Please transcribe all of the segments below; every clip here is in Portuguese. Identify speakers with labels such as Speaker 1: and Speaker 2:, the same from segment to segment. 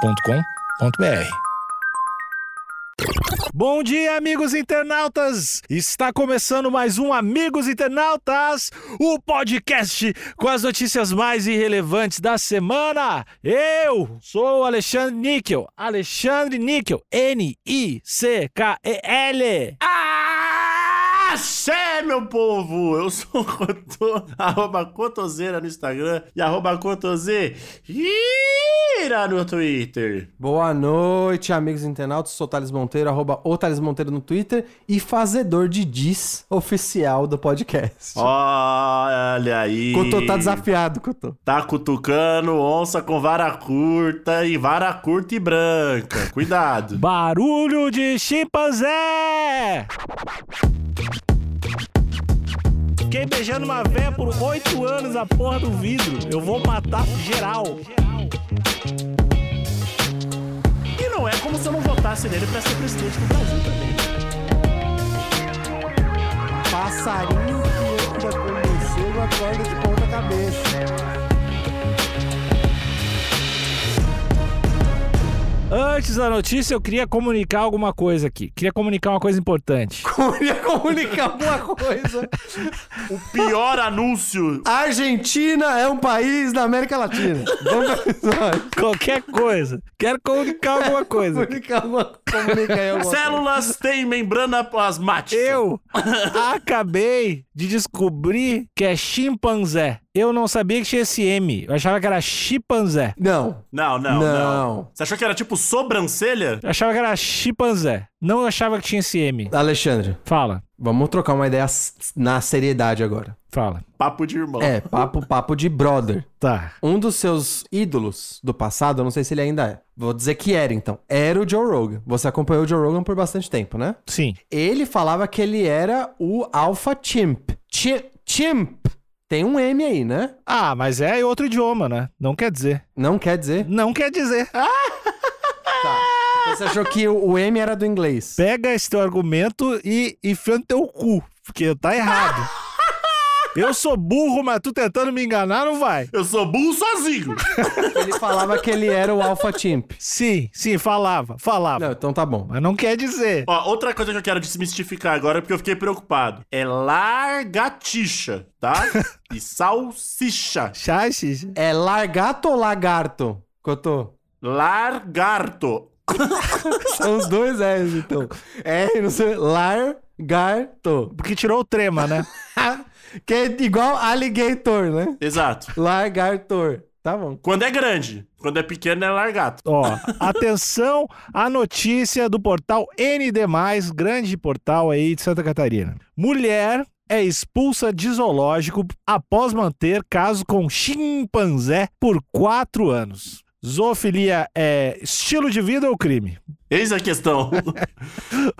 Speaker 1: agenciadepodcast.com.br. Bom dia, amigos internautas! Está começando mais um Amigos Internautas, o podcast com as notícias mais irrelevantes da semana. Eu sou o Alexandre Níquel, Alexandre Níquel, N-I-C-K-E-L.
Speaker 2: Ah, Axé, meu povo! Eu sou o Cotô, arroba Cotoseira no Instagram e arroba Cotoseira no Twitter.
Speaker 3: Boa noite, amigos internautas. Sou o Thales Monteiro, arroba o Thales Monteiro no Twitter e fazedor de diz oficial do podcast.
Speaker 2: Olha aí.
Speaker 3: Cotô tá desafiado, Cotô.
Speaker 2: Tá cutucando onça com vara curta e vara curta e branca. Cuidado.
Speaker 1: Barulho de chimpanzé! Fiquei beijando uma véia por oito anos a porra do vidro. Eu vou matar geral.
Speaker 2: E não é como se eu não votasse nele pra ser presidente do Brasil também.
Speaker 3: Passarinho que anda com morcego acorda de ponta cabeça.
Speaker 1: Antes da notícia, eu queria comunicar alguma coisa aqui. Queria comunicar uma coisa importante.
Speaker 3: Queria comunicar alguma coisa.
Speaker 2: O pior anúncio.
Speaker 3: A Argentina é um país da América Latina. Vamos pra episódio.
Speaker 1: Qualquer coisa. Quero comunicar alguma coisa.
Speaker 3: Comunicar alguma- comunica aí alguma coisa. é
Speaker 2: Células têm membrana plasmática.
Speaker 1: Eu acabei de descobrir que é chimpanzé. Eu não sabia que tinha esse M. Eu achava que era chimpanzé.
Speaker 3: Não.
Speaker 2: Não, não, não,
Speaker 3: Não.
Speaker 2: Você achou que era tipo sobrancelha?
Speaker 1: Eu achava que era chimpanzé. Não achava que tinha esse M.
Speaker 3: Alexandre,
Speaker 1: Fala,
Speaker 3: vamos trocar uma ideia s- na seriedade agora.
Speaker 1: fala.
Speaker 2: Papo de irmão.
Speaker 3: É, papo, papo de brother.
Speaker 1: Tá.
Speaker 3: Um dos seus ídolos do passado, eu não sei se ele ainda é. Vou dizer que era, então. Era o Joe Rogan. Você acompanhou o Joe Rogan por bastante tempo, né?
Speaker 1: Sim.
Speaker 3: Ele falava que ele era o Alpha Chimp. Chi- chimp. Tem um M aí, né?
Speaker 1: Ah, mas é em outro idioma, né? Não quer dizer. Ah.
Speaker 3: Não quer dizer.
Speaker 1: Não quer dizer.
Speaker 3: Tá. Então Você achou que o o M era do inglês?
Speaker 1: Pega esse teu argumento e enfia no teu cu, porque tá errado. Eu sou burro, mas tu tentando me enganar não vai.
Speaker 2: Eu sou burro sozinho.
Speaker 3: Ele falava que ele era o Alpha Chimp.
Speaker 1: Sim, sim, falava, falava.
Speaker 3: Não, então tá bom.
Speaker 1: Mas não quer dizer.
Speaker 2: Ó, outra coisa que eu quero desmistificar agora, porque eu fiquei preocupado. É largatixa, tá? E salsicha.
Speaker 1: Chaxis?
Speaker 3: É largato ou lagarto? Cotô?
Speaker 2: Largarto.
Speaker 3: São os dois R's, então. R, não sei. Largarto.
Speaker 1: Porque tirou o trema, né?
Speaker 3: que é igual alligator, né?
Speaker 2: Exato.
Speaker 3: Largartor. Tá bom.
Speaker 2: Quando é grande. Quando é pequeno, é largato.
Speaker 1: Ó, atenção à notícia do portal ND, grande portal aí de Santa Catarina. Mulher é expulsa de zoológico após manter caso com chimpanzé por quatro anos. Zoofilia é estilo de vida ou crime?
Speaker 2: Eis a questão.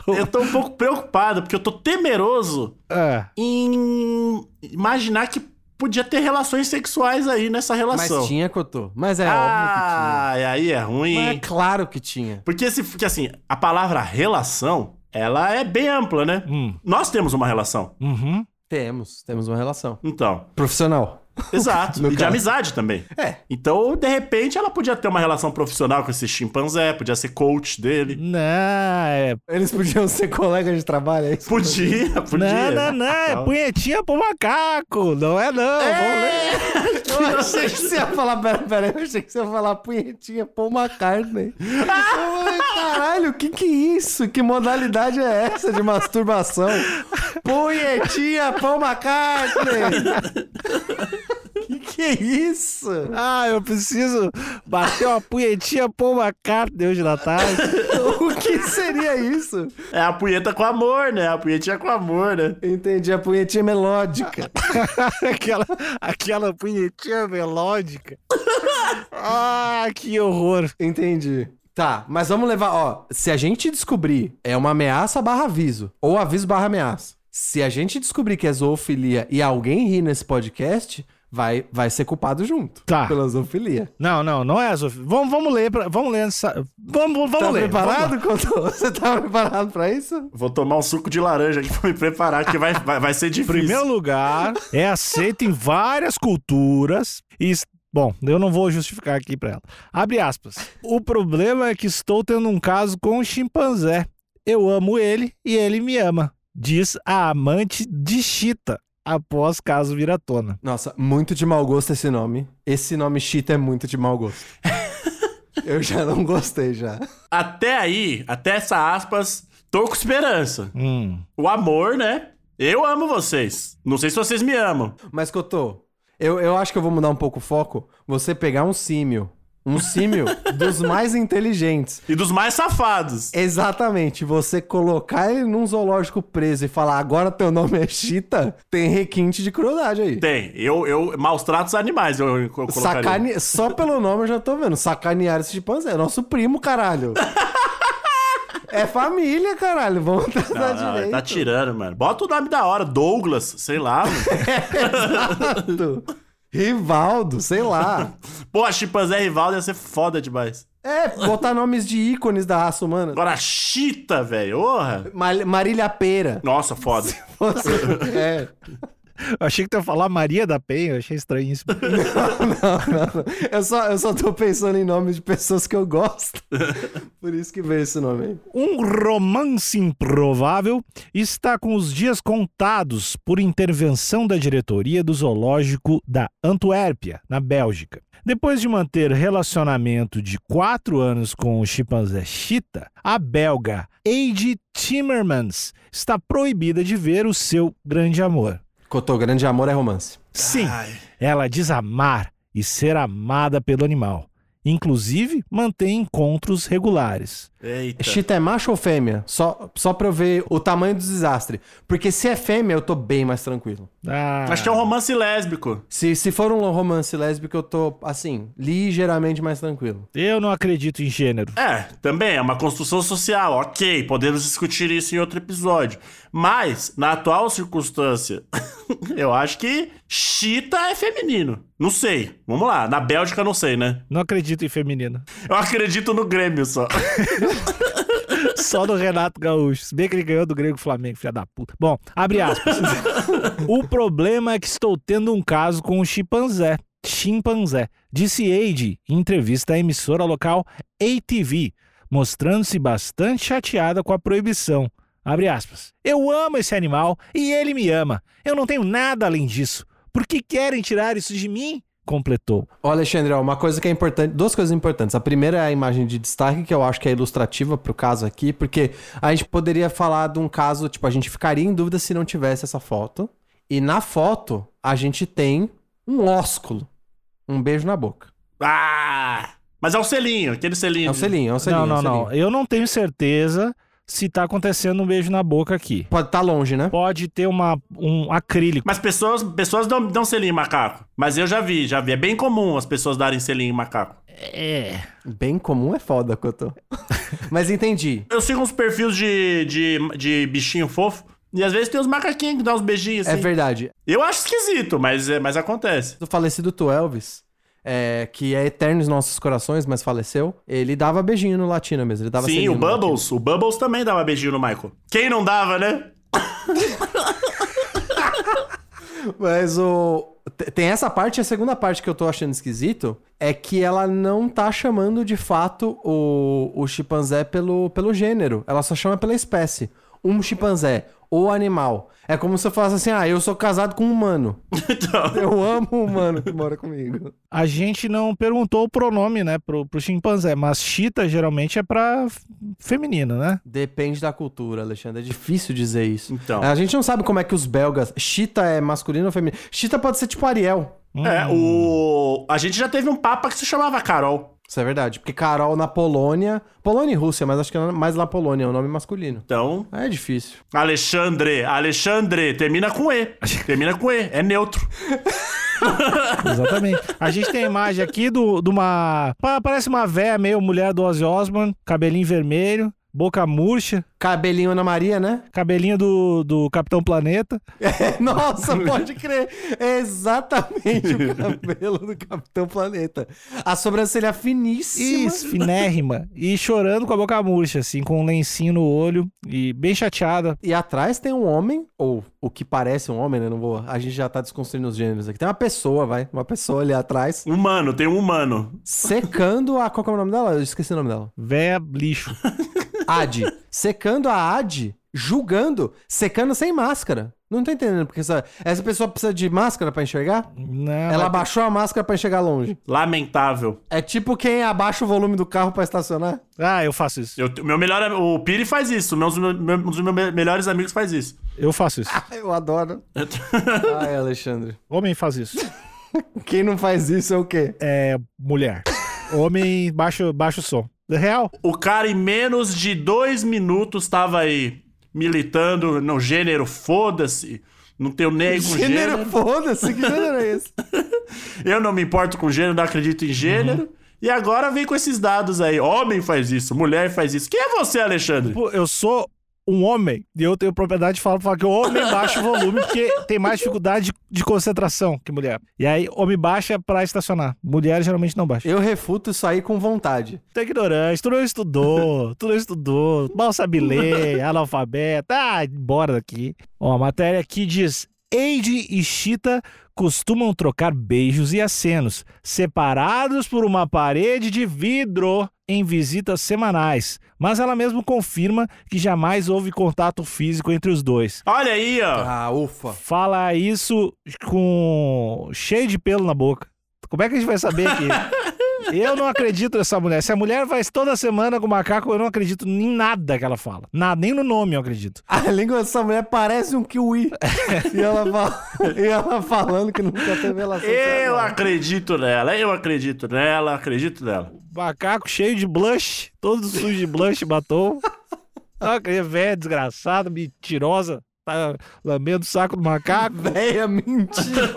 Speaker 2: eu tô um pouco preocupado, porque eu tô temeroso
Speaker 1: Ah,
Speaker 2: em imaginar que podia ter relações sexuais aí nessa
Speaker 3: Mas
Speaker 2: relação.
Speaker 3: tinha, Cotô. Mas é óbvio
Speaker 2: ah, e aí é
Speaker 3: que
Speaker 2: ruim.
Speaker 3: tinha.
Speaker 2: hein?
Speaker 3: Mas é claro que tinha.
Speaker 2: Porque, se, porque assim, a palavra relação, ela é bem ampla, né?
Speaker 1: hum,
Speaker 2: Nós temos uma relação.
Speaker 1: uhum.
Speaker 3: Temos. Temos uma relação.
Speaker 2: Então,
Speaker 3: Profissional.
Speaker 2: exato.
Speaker 3: No
Speaker 2: e de
Speaker 3: caso.
Speaker 2: amizade também.
Speaker 3: É.
Speaker 2: Então, de repente, ela podia ter uma relação profissional com esse chimpanzé, podia ser coach dele.
Speaker 1: Não, é...
Speaker 3: Eles podiam ser colegas de trabalho, é isso?
Speaker 2: Podia, podia.
Speaker 1: não, não, não, é
Speaker 2: Não.
Speaker 1: punhetinha pro macaco, não é não. vamos ler.
Speaker 3: Eu achei que você ia falar, pera, pera, eu achei que você ia falar punhetinha, pô, uma carne. Eu falei, Caralho, o que que é isso? Que modalidade é essa de masturbação? Punhetinha, pô, uma carne. Que que é isso?
Speaker 1: Ah, eu preciso bater uma punhetinha por uma carta hoje na tarde.
Speaker 3: O que seria isso?
Speaker 2: É a punheta com amor, né? A punhetinha com amor, né?
Speaker 3: Entendi, a punhetinha é melódica.
Speaker 1: aquela, aquela punhetinha melódica. Ah, que horror.
Speaker 3: Entendi. Tá, mas vamos levar, ó. Se a gente descobrir, é uma ameaça barra aviso. Ou aviso barra ameaça. Se a gente descobrir que é zoofilia e alguém rir nesse podcast, vai, vai ser culpado junto.
Speaker 1: Tá.
Speaker 3: Pela zoofilia.
Speaker 1: Não, não, não é, Sofia. Vamos, vamos ler, pra, vamos ler essa... Vamos, vamos
Speaker 3: tá
Speaker 1: ler.
Speaker 3: preparado, Cotô? Você tá preparado pra isso?
Speaker 2: Vou tomar um suco de laranja aqui pra me preparar, que vai, vai, vai ser
Speaker 1: Em
Speaker 2: difícil.
Speaker 1: primeiro lugar, é aceito em várias culturas e Bom, eu não vou justificar aqui pra ela. Abre aspas. O problema é que estou tendo um caso com um chimpanzé. Eu amo ele e ele me ama, diz a amante de Chita após caso vir à tona.
Speaker 3: Nossa, muito de mau gosto esse nome. Esse nome Cheetah é muito de mau gosto. Eu já não gostei já.
Speaker 2: Até aí, até essa aspas, tô com esperança.
Speaker 1: Hum.
Speaker 2: O amor, né? Eu amo vocês. Não sei se vocês me amam.
Speaker 3: Mas, Cotô, eu, eu acho que eu vou mudar um pouco o foco. Você pegar um símio. Um símio dos mais inteligentes.
Speaker 2: E dos mais safados.
Speaker 3: Exatamente. Você colocar ele num zoológico preso e falar agora teu nome é Chita, tem requinte de crueldade aí.
Speaker 2: Tem. Eu, eu maus tratos animais, eu, eu colocaria.
Speaker 3: Sacane... Só pelo nome eu já tô vendo. Sacanear esse chimpanzé. É nosso primo, caralho. é família, caralho. Vamos tratar
Speaker 2: Não, não,
Speaker 3: direito.
Speaker 2: tá tirando, mano. Bota o nome da hora, Douglas, sei lá. mano.
Speaker 3: Exato. Rivaldo, sei lá.
Speaker 2: Pô, chimpanzé rival ia ser foda demais.
Speaker 3: É, botar nomes de ícones da raça humana.
Speaker 2: Agora, chita, velho. Porra.
Speaker 3: Mal- Marília Pera.
Speaker 2: Nossa, foda.
Speaker 3: Você- é.
Speaker 1: Eu achei que tu ia falar Maria da Penha, eu achei estranhíssimo.
Speaker 3: Não, não, não. Eu só, eu só tô pensando em nomes de pessoas que eu gosto. Por isso que veio esse nome aí.
Speaker 1: Um romance improvável está com os dias contados por intervenção da diretoria do zoológico da Antuérpia, na Bélgica. Depois de manter relacionamento de quatro anos com o chimpanzé Chita, a belga Heidi Timmermans está proibida de ver o seu grande amor.
Speaker 3: Cotô, grande amor é romance.
Speaker 1: Sim,
Speaker 2: Ai.
Speaker 1: ela diz amar e ser amada pelo animal. Inclusive, mantém encontros regulares.
Speaker 2: Eita.
Speaker 3: Chita é macho ou fêmea? Só, só pra eu ver o tamanho do desastre. Porque se é fêmea, eu tô bem mais tranquilo.
Speaker 1: Ah,
Speaker 2: Acho que é um romance lésbico.
Speaker 3: Se, se for um romance lésbico, eu tô, assim, ligeiramente mais tranquilo.
Speaker 1: Eu não acredito em gênero.
Speaker 2: É, também, é uma construção social, ok, podemos discutir isso em outro episódio. Mas, na atual circunstância, eu acho que chita é feminino. Não sei, vamos lá, na Bélgica não sei, né?
Speaker 1: Não acredito em feminino.
Speaker 2: Eu acredito no Grêmio só.
Speaker 1: Só do Renato Gaúcho. Se bem que ele ganhou do Grego Flamengo, filha da puta. Bom, abre aspas. o problema é que estou tendo um caso com um chimpanzé. Chimpanzé. Disse Eide em entrevista à emissora local ATV, mostrando-se bastante chateada com a proibição. Abre aspas. Eu amo esse animal e ele me ama. Eu não tenho nada além disso. Por que querem tirar isso de mim? Completou.
Speaker 3: Ó, Alexandre, ó, uma coisa que é importante, duas coisas importantes. A primeira é a imagem de destaque, que eu acho que é ilustrativa pro caso aqui, porque a gente poderia falar de um caso, tipo, a gente ficaria em dúvida se não tivesse essa foto. E na foto, a gente tem um ósculo. Um beijo na boca.
Speaker 2: Ah! Mas é um selinho, aquele selinho.
Speaker 3: É um
Speaker 2: de-
Speaker 3: selinho, é um selinho.
Speaker 1: não,
Speaker 3: é
Speaker 1: não,
Speaker 3: um selinho.
Speaker 1: não. Eu não tenho certeza se tá acontecendo um beijo na boca aqui.
Speaker 3: Pode estar longe, né?
Speaker 1: Pode ter uma, um acrílico.
Speaker 2: Mas pessoas, pessoas dão, dão selinho em macaco. Mas eu já vi, já vi. É bem comum as pessoas darem selinho em macaco.
Speaker 1: É.
Speaker 3: Bem comum é foda, Cotô. Mas entendi.
Speaker 2: Eu sigo uns perfis de, de, de bichinho fofo. E às vezes tem uns macaquinhos que dão uns beijinhos
Speaker 3: É
Speaker 2: assim.
Speaker 3: verdade.
Speaker 2: Eu acho esquisito, mas, é- mas acontece.
Speaker 3: do falecido Tu Elvis, é, que é eterno em nossos corações, mas faleceu, ele dava beijinho no latino mesmo. Ele dava
Speaker 2: Sim,
Speaker 3: selinho
Speaker 2: o
Speaker 3: no latino.
Speaker 2: Bubbles. O Bubbles também dava beijinho no Michael. Quem não dava, né?
Speaker 3: Mas o. te- Tem essa parte, e a segunda parte que eu tô achando esquisito é que ela não tá chamando de fato o, o chimpanzé pelo, pelo gênero. Ela só chama pela espécie. Um chimpanzé, ou animal. É como se eu falasse assim: ah, eu sou casado com um humano.
Speaker 2: Então,
Speaker 3: Eu amo o humano que mora comigo.
Speaker 1: A gente não perguntou o pronome, né, pro, pro chimpanzé, mas chita geralmente é pra f- feminino, né?
Speaker 3: Depende da cultura, Alexandre. É difícil dizer isso.
Speaker 2: Então.
Speaker 3: A gente não sabe como é que os belgas. Chita é masculino ou feminino? Chita pode ser tipo Ariel.
Speaker 1: Hum,
Speaker 2: é, o... A gente já teve um papa que se chamava Carol.
Speaker 3: Isso é verdade. Porque Carol na Polônia. Polônia e Rússia, mas acho que é mais na Polônia, é um nome masculino.
Speaker 2: Então,
Speaker 3: É difícil.
Speaker 2: Alexandre, Alexandre, termina com E. Termina com E, é neutro.
Speaker 1: Exatamente. A gente tem a imagem aqui do- de uma. pa- Parece uma véia meio mulher do Ozzy Osbourne, cabelinho vermelho, Boca Murcha,
Speaker 3: Cabelinho Ana Maria, né?
Speaker 1: cabelinho do, do Capitão Planeta.
Speaker 3: Nossa, pode crer. É exatamente o cabelo do Capitão Planeta. A sobrancelha finíssima.
Speaker 1: Isso, finérrima. E chorando com a boca murcha, assim, com um lencinho no olho e bem chateada.
Speaker 3: E atrás tem um homem, ou o que parece um homem, né? Não vou. A gente já tá desconstruindo os gêneros aqui. Tem uma pessoa, vai. Uma pessoa ali atrás.
Speaker 2: Humano, tem um humano.
Speaker 3: Secando a. Qual que é o nome dela? Eu esqueci o nome dela.
Speaker 1: Véia lixo.
Speaker 3: Ad. Secando a Ad, julgando, secando sem máscara. Não tô entendendo, porque essa, essa pessoa precisa de máscara pra enxergar?
Speaker 1: Não,
Speaker 3: Ela
Speaker 1: vai-
Speaker 3: abaixou a máscara pra enxergar longe.
Speaker 2: Lamentável.
Speaker 3: É tipo quem abaixa o volume do carro pra estacionar.
Speaker 1: Ah, eu faço isso.
Speaker 2: Eu, meu melhor, am- o Piri faz isso. Meus, meu, um dos meus me- melhores amigos faz isso.
Speaker 1: Eu faço isso.
Speaker 2: Ah.
Speaker 3: Ah, Eu adoro.
Speaker 2: Eu-
Speaker 3: Ai, Alexandre.
Speaker 1: Homem faz isso.
Speaker 3: Quem não faz isso é o quê?
Speaker 1: É mulher. Homem baixa, baixa o som. É Real?
Speaker 2: O cara em menos de dois minutos tava aí militando no gênero, foda-se. Não tenho nem com
Speaker 3: É gênero,
Speaker 2: gênero.
Speaker 3: foda-se. Que gênero é esse?
Speaker 2: Eu não me importo com gênero, não acredito em gênero. E agora vem com esses dados aí. Homem faz isso, mulher faz isso. Quem é você, Alexandre?
Speaker 1: Pô, eu sou um homem e eu tenho propriedade de falar, falar que o homem baixa o volume porque tem mais dificuldade de, de concentração que mulher. E aí, homem baixa é pra estacionar. Mulher geralmente não baixa.
Speaker 3: Eu refuto isso aí com vontade.
Speaker 1: Tu é ignorante, tu não estudou, tu não estudou, mal sabe ler, analfabeta, ah, embora daqui. Ó, a matéria aqui diz: Eide e Chita costumam trocar beijos e acenos, separados por uma parede de vidro em visitas semanais. Mas ela mesmo confirma que jamais houve contato físico entre os dois.
Speaker 2: Olha aí, ó.
Speaker 3: Ah, ufa.
Speaker 1: Fala isso com cheio de pelo na boca. Como é que a gente vai saber aqui? Eu não acredito nessa mulher. Se a mulher faz toda semana com macaco, eu não acredito em nada que ela fala. Nada, nem no nome eu acredito.
Speaker 3: A língua dessa mulher parece um kiwi. e, ela fala- e ela falando que nunca teve relação.
Speaker 2: Eu acredito nela, eu acredito nela, acredito nela.
Speaker 1: Macaco cheio de blush, todo sujo de blush, batom. Ah, que velha, desgraçada, mentirosa. Tá lambendo o saco do macaco.
Speaker 3: Véia, mentira.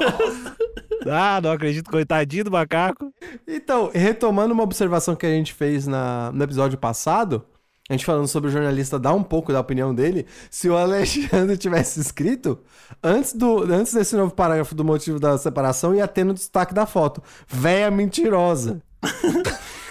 Speaker 1: Ah, não acredito, coitadinho do macaco.
Speaker 3: Então, retomando uma observação que a gente fez na, no episódio passado, a gente falando sobre o jornalista dar um pouco da opinião dele, se o Alexandre tivesse escrito, antes, do, antes desse novo parágrafo do motivo da separação, ia ter no destaque da foto. Véia mentirosa.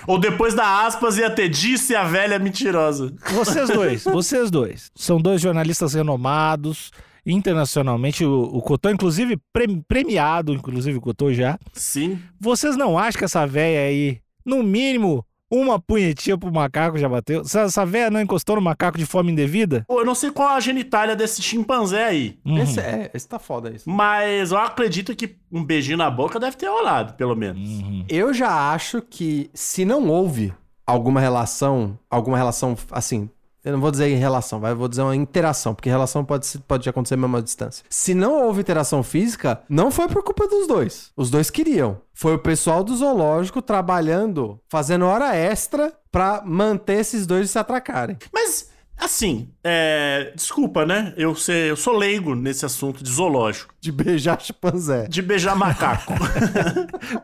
Speaker 2: Ou depois da aspas ia ter disse a velha mentirosa.
Speaker 1: Vocês dois, vocês dois. São dois jornalistas renomados internacionalmente. O, o Cotô, inclusive, pre- premiado, inclusive o Cotô já.
Speaker 2: Sim.
Speaker 1: Vocês não acham que essa véia aí, no mínimo, uma punhetinha pro macaco já bateu? Essa, essa véia não encostou no macaco de forma indevida?
Speaker 2: Pô, eu não sei qual a genitália desse chimpanzé aí.
Speaker 1: Uhum.
Speaker 3: Esse, é, esse tá foda, isso.
Speaker 2: Mas eu acredito que um beijinho na boca deve ter rolado, pelo menos.
Speaker 1: Uhum.
Speaker 3: Eu já acho que se não houve alguma relação, alguma relação assim, eu não vou dizer em relação, vai, eu vou dizer uma interação, porque relação pode, se- pode acontecer mesmo à distância. Se não houve interação física, não foi por culpa dos dois. Os dois queriam. Foi o pessoal do zoológico trabalhando, fazendo hora extra pra manter esses dois de se atracarem.
Speaker 2: Mas, assim, é... desculpa, né? Eu, ser... eu sou leigo nesse assunto de zoológico,
Speaker 3: De beijar chimpanzé.
Speaker 2: de beijar macaco.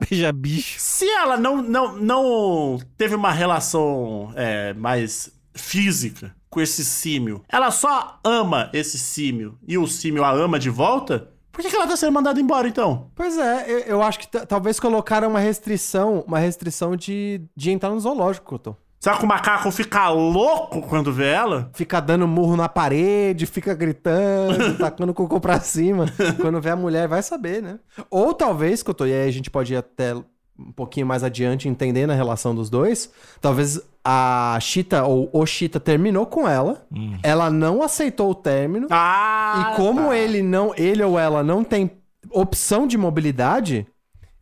Speaker 1: Beija bicho.
Speaker 2: Se ela não, não, não teve uma relação é, mais física com esse símio, ela só ama esse símio e o símio a ama de volta, por que, que ela tá sendo mandada embora então?
Speaker 3: Pois é, eu, eu acho que t- talvez colocaram uma restrição, uma restrição de, de entrar no zoológico, Couto.
Speaker 2: Será que o macaco fica louco quando vê ela?
Speaker 3: fica dando murro na parede, fica gritando, tacando o cocô pra cima. Quando vê a mulher, vai saber, né? Ou talvez, que eu tô, e aí a gente pode ir até um pouquinho mais adiante entendendo a relação dos dois. Talvez a Chita ou o Chita terminou com ela, ela não aceitou o término,
Speaker 2: Ah!
Speaker 3: e como
Speaker 2: tá.
Speaker 3: ele não, ele ou ela não tem opção de mobilidade,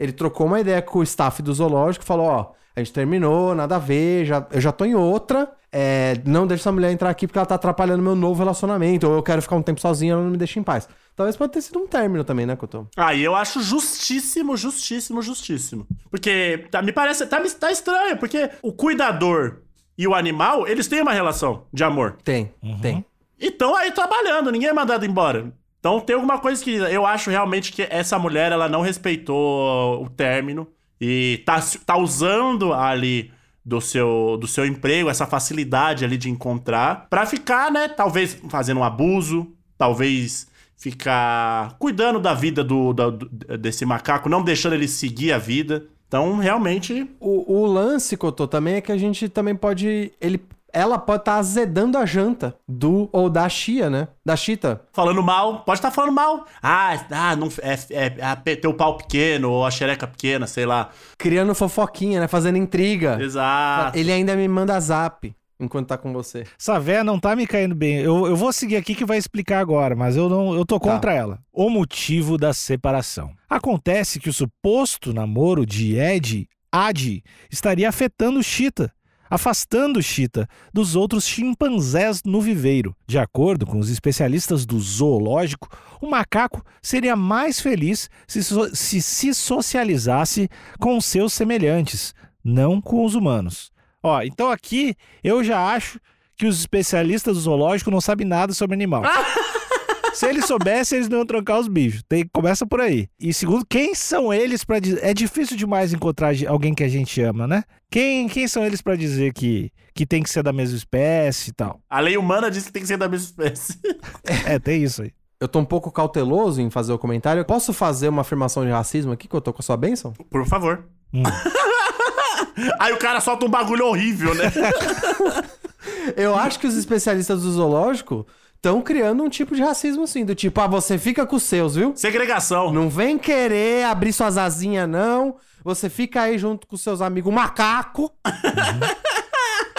Speaker 3: ele trocou uma ideia com o staff do zoológico, falou, ó, a gente terminou, nada a ver, já, eu já tô em outra, é, não deixa essa mulher entrar aqui porque ela tá atrapalhando meu novo relacionamento, ou eu quero ficar um tempo sozinha, ela não me deixa em paz. Talvez pode ter sido um término também, né, Couto?
Speaker 2: Aí Ah, eu acho justíssimo, justíssimo, justíssimo. Porque tá, me parece, tá, me- tá estranho, porque o cuidador e o animal, eles têm uma relação de amor.
Speaker 3: Tem, tem.
Speaker 2: Então aí trabalhando, ninguém é mandado embora. Então tem alguma coisa que eu acho realmente que essa mulher ela não respeitou o término e tá, se- tá usando ali do seu, do seu emprego, essa facilidade ali de encontrar, pra ficar, né, talvez fazendo um abuso, talvez ficar cuidando da vida do, da- do- desse macaco, não deixando ele seguir a vida. Então, realmente,
Speaker 3: O, o lance, Cotô, também é que a gente também pode. Ele, ela pode estar azedando a janta do ou da Chia, né? Da Chita.
Speaker 2: falando mal, pode estar falando mal. Ah, ah não, é, é, é pe- teu pau pequeno ou a xereca pequena, sei lá.
Speaker 3: Criando fofoquinha, né? Fazendo intriga.
Speaker 2: Exato.
Speaker 3: Ele ainda me manda zap enquanto tá com você.
Speaker 1: Essa véia não tá me caindo bem. Eu, eu vou seguir aqui que vai explicar agora, mas eu não, eu tô
Speaker 3: Tá.
Speaker 1: contra ela. O motivo da separação. Acontece que o suposto namoro de Ed, Adi, estaria afetando Chita, afastando Chita dos outros chimpanzés no viveiro. De acordo com os especialistas do zoológico, o macaco seria mais feliz se so- se, se socializasse com seus semelhantes, não com os humanos. Ó, então aqui eu já acho que os especialistas do zoológico não sabem nada sobre animal. Se eles soubessem, eles não iam trocar os bichos. Tem- começa por aí. E segundo, quem são eles pra dizer? É difícil demais encontrar ge- alguém que a gente ama, né? Quem, quem são eles pra dizer que, que tem que ser da mesma espécie e tal?
Speaker 2: A lei humana diz que tem que ser da mesma espécie.
Speaker 1: É, tem isso aí.
Speaker 3: Eu tô um pouco cauteloso em fazer o comentário. Posso fazer uma afirmação de racismo aqui, Cotô, com a sua bênção?
Speaker 2: Por favor.
Speaker 1: Hum.
Speaker 2: Aí o cara solta um bagulho horrível, né?
Speaker 3: Eu acho que os especialistas do zoológico estão criando um tipo de racismo assim, do tipo, ah, você fica com os seus, viu?
Speaker 2: Segregação.
Speaker 3: Não vem querer abrir suas asinhas, não. Você fica aí junto com seus amigos macaco.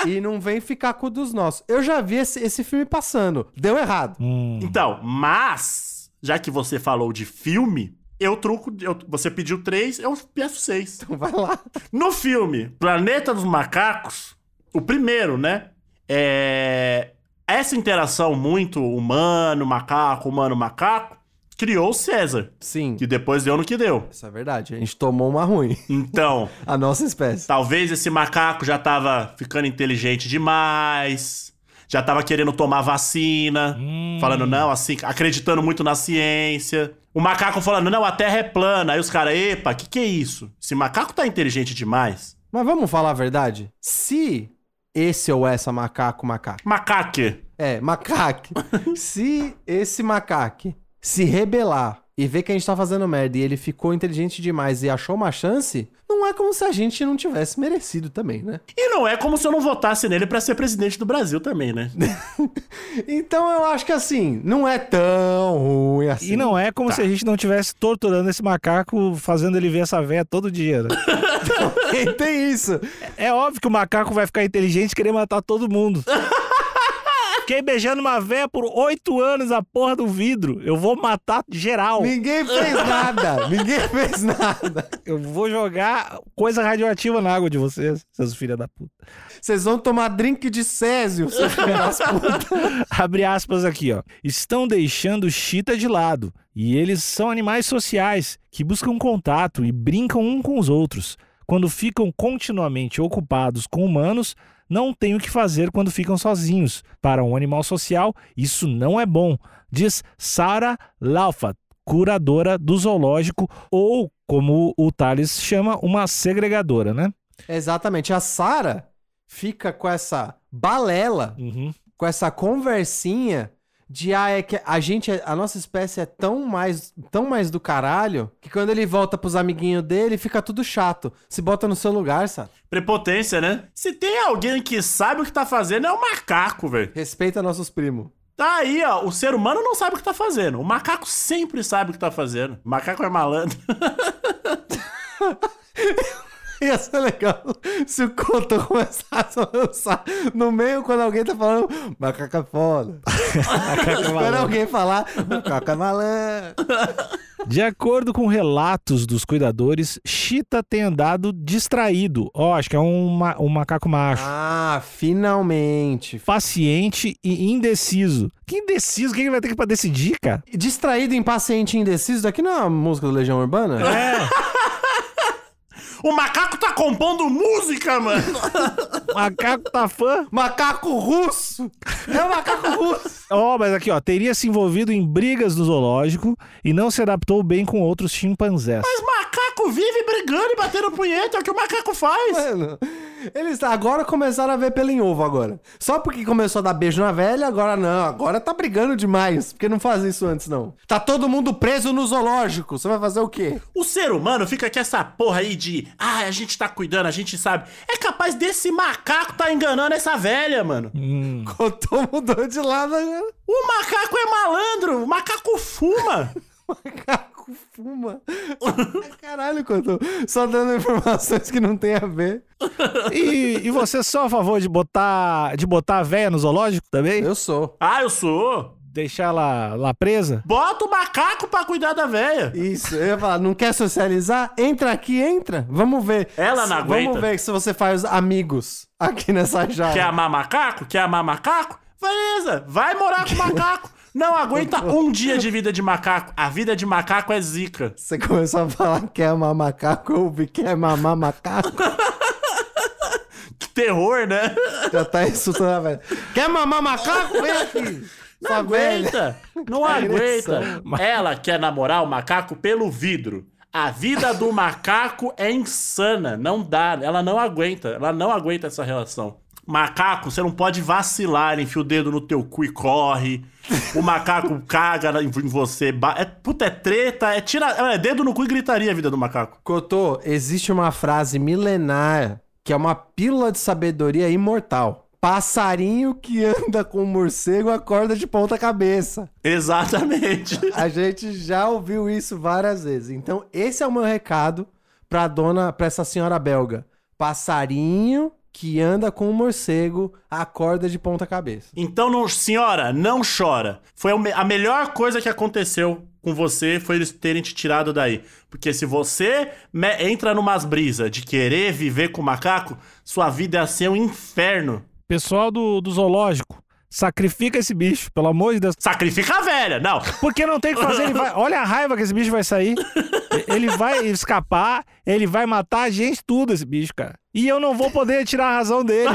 Speaker 3: e não vem ficar com o dos nossos. Eu já vi esse, esse filme passando. Deu errado.
Speaker 1: Hum.
Speaker 2: Então, mas, já que você falou de filme, eu truco. eu- você pediu três, eu peço seis.
Speaker 3: Então vai lá.
Speaker 2: No filme Planeta dos Macacos, o primeiro, né? É. Essa interação muito humano-macaco, humano-macaco, criou o César,
Speaker 3: Sim.
Speaker 2: que depois deu no que deu.
Speaker 3: Isso é verdade. A gente tomou uma ruim.
Speaker 2: Então,
Speaker 3: A nossa espécie.
Speaker 2: Talvez esse macaco já tava ficando inteligente demais, já tava querendo tomar vacina,
Speaker 1: Hum.
Speaker 2: falando não, assim, acreditando muito na ciência. O macaco falando, não, a Terra é plana. Aí os caras, epa, que que é isso? Esse macaco tá inteligente demais.
Speaker 3: Mas vamos falar a verdade? Se esse ou essa macaco, macaco.
Speaker 2: Macaque.
Speaker 3: É, macaco. se esse macaco se rebelar e ver que a gente tá fazendo merda e ele ficou inteligente demais e achou uma chance, não é como se a gente não tivesse merecido também, né?
Speaker 2: E não é como se eu não votasse nele pra ser presidente do Brasil também, né?
Speaker 3: Então eu acho que assim, não é tão ruim assim.
Speaker 1: E não é como
Speaker 2: Tá.
Speaker 1: se a gente não estivesse torturando esse macaco, fazendo ele ver essa véia todo dia. né?
Speaker 3: Tem isso.
Speaker 1: É óbvio que o macaco vai ficar inteligente e querer matar todo mundo. Fiquei beijando uma véia por oito anos a porra do vidro. Eu vou matar geral.
Speaker 3: Ninguém fez nada. Ninguém fez nada.
Speaker 1: Eu vou jogar coisa radioativa na água de vocês, seus filhos da puta.
Speaker 3: Vocês vão tomar drink de Césio, seus filhos das putas.
Speaker 1: Abre aspas aqui, ó. Estão deixando Chita de lado. E eles são animais sociais que buscam contato e brincam um com os outros. Quando ficam continuamente ocupados com humanos, não tem o que fazer quando ficam sozinhos. Para um animal social, isso não é bom, diz Sarah Laufat, curadora do zoológico, ou como o Thales chama, uma segregadora, né?
Speaker 3: Exatamente. A Sara fica com essa balela
Speaker 1: Uhum.
Speaker 3: com essa conversinha de ah, é que a gente, é- a nossa espécie é tão mais, tão mais do caralho que quando ele volta pros amiguinhos dele, fica tudo chato. Se bota no seu lugar, sabe?
Speaker 2: Prepotência, né? Se tem alguém que sabe o que tá fazendo, é o macaco, velho.
Speaker 3: Respeita nossos primos.
Speaker 2: Tá aí, ó. O ser humano não sabe o que tá fazendo. O macaco sempre sabe o que tá fazendo. O macaco é malandro.
Speaker 3: Ia ser legal se o Couto começasse a lançar no meio quando alguém tá falando macaca é foda. quando alguém falar macaca é malandro.
Speaker 1: De acordo com relatos dos cuidadores, Chita tem andado distraído. Ó, acho que é um, ma- um macaco macho.
Speaker 3: Ah, finalmente.
Speaker 1: Paciente e indeciso. Que indeciso? O que ele vai ter que pra decidir, cara?
Speaker 3: Distraído, impaciente e indeciso, daqui não é uma música do Legião Urbana?
Speaker 1: É,
Speaker 2: O macaco tá compondo música, mano.
Speaker 1: o macaco tá fã.
Speaker 3: Macaco russo! É o macaco russo!
Speaker 1: Ó, mas aqui, ó, teria se envolvido em brigas no zoológico e não se adaptou bem com outros chimpanzés.
Speaker 2: Mas macaco vive brigando e batendo punheta, é o que o macaco faz.
Speaker 3: Mano, Eles agora começaram a ver pelo em ovo agora. Só porque começou a dar beijo na velha, agora não. Agora tá brigando demais. Porque não faz isso antes, não. Tá todo mundo preso no zoológico. Você vai fazer o quê?
Speaker 2: O ser humano fica com essa porra aí de, ah, a gente tá cuidando, a gente sabe. É capaz desse macaco tá enganando essa velha, mano.
Speaker 3: Hum. Cotô mudou de lado né? agora.
Speaker 2: O macaco é malandro, o macaco fuma.
Speaker 3: Macaco fuma. Caralho, Cotô. Só dando informações que não tem a ver.
Speaker 1: E, e você é só a favor de botar, de botar a véia no zoológico também?
Speaker 3: Eu sou.
Speaker 2: ah, eu sou.
Speaker 1: Deixar ela lá presa?
Speaker 2: Bota o macaco pra cuidar da velha.
Speaker 3: Isso, eu ia falar, não quer socializar? Entra aqui, entra. Vamos ver.
Speaker 2: Ela
Speaker 3: Se-
Speaker 2: não aguenta.
Speaker 3: Vamos ver se você faz amigos aqui nessa
Speaker 2: Quer
Speaker 3: jaula.
Speaker 2: amar macaco? Quer amar macaco? Beleza, vai morar com macaco. Não aguenta um dia de vida de macaco. A vida de macaco é zica.
Speaker 3: Você começou a falar quer amar macaco, eu ouvi quer mamar macaco.
Speaker 2: Que terror, né?
Speaker 3: Já tá insultando a velha. Quer mamar macaco? Vem aqui.
Speaker 2: Não
Speaker 3: sua velha.
Speaker 2: aguenta. Não
Speaker 3: Que
Speaker 2: aguenta.
Speaker 3: agressão.
Speaker 2: Ela quer namorar o macaco pelo vidro. A vida do macaco é insana. Não dá. Ela não aguenta. Ela não aguenta essa relação. Macaco, você não pode vacilar. Ele enfia o dedo no teu cu e corre. O macaco caga em você. ba- É, puta, é treta. É, tira, é dedo no cu e gritaria a vida do macaco.
Speaker 3: Cotô, existe uma frase milenar que é uma pílula de sabedoria imortal. Passarinho que anda com morcego acorda de ponta cabeça.
Speaker 2: Exatamente.
Speaker 3: A gente já ouviu isso várias vezes. Então, esse é o meu recado pra dona, pra essa senhora belga. Passarinho que anda com o morcego acorda de ponta cabeça.
Speaker 2: Então, não- senhora, não chora. Foi o me- a melhor coisa que aconteceu com você foi eles terem te tirado daí. Porque se você me- entra numas brisas de querer viver com macaco, sua vida ia ser um inferno.
Speaker 1: Pessoal do, do zoológico, sacrifica esse bicho, pelo amor de Deus.
Speaker 2: Sacrifica a velha! Não!
Speaker 1: Porque não tem o que fazer, ele vai. Olha a raiva que esse bicho vai sair. Ele vai escapar, ele vai matar a gente tudo, esse bicho, cara. E eu não vou poder tirar a razão dele.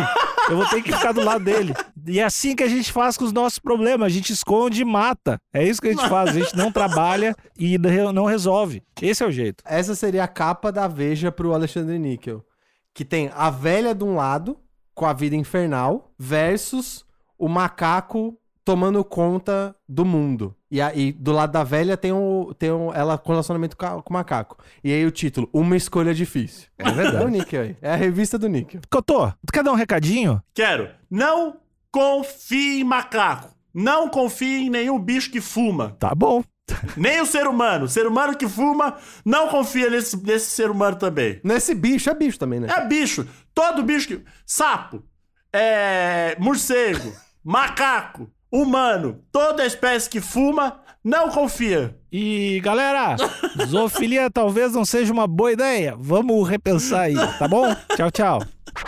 Speaker 1: Eu vou ter que ficar do lado dele. E é assim que a gente faz com os nossos problemas. A gente esconde e mata. É isso que a gente faz. A gente não trabalha e re- não resolve. Esse é o jeito.
Speaker 3: Essa seria a capa da Veja pro Alexandre Níquel. Que tem a velha de um lado, com a vida infernal, versus o macaco tomando conta do mundo. E aí, do lado da velha tem, o, tem o, ela com relacionamento ca- com o macaco. E aí o título, Uma Escolha Difícil.
Speaker 1: É
Speaker 3: É o
Speaker 1: verdade.
Speaker 3: Níquel aí. É a revista do Níquel.
Speaker 1: Cotô, tu quer dar um recadinho?
Speaker 2: Quero. Não confie em macaco. Não confie em nenhum bicho que fuma.
Speaker 1: Tá bom.
Speaker 2: Nem o ser humano. O ser humano que fuma, não confia nesse, nesse ser humano também.
Speaker 3: Nesse bicho, é bicho também, né?
Speaker 2: É bicho. Todo bicho que. Sapo, é, morcego, macaco, humano, toda espécie que fuma, não confia.
Speaker 1: E galera, zoofilia talvez não seja uma boa ideia. Vamos repensar aí, tá bom? Tchau, tchau.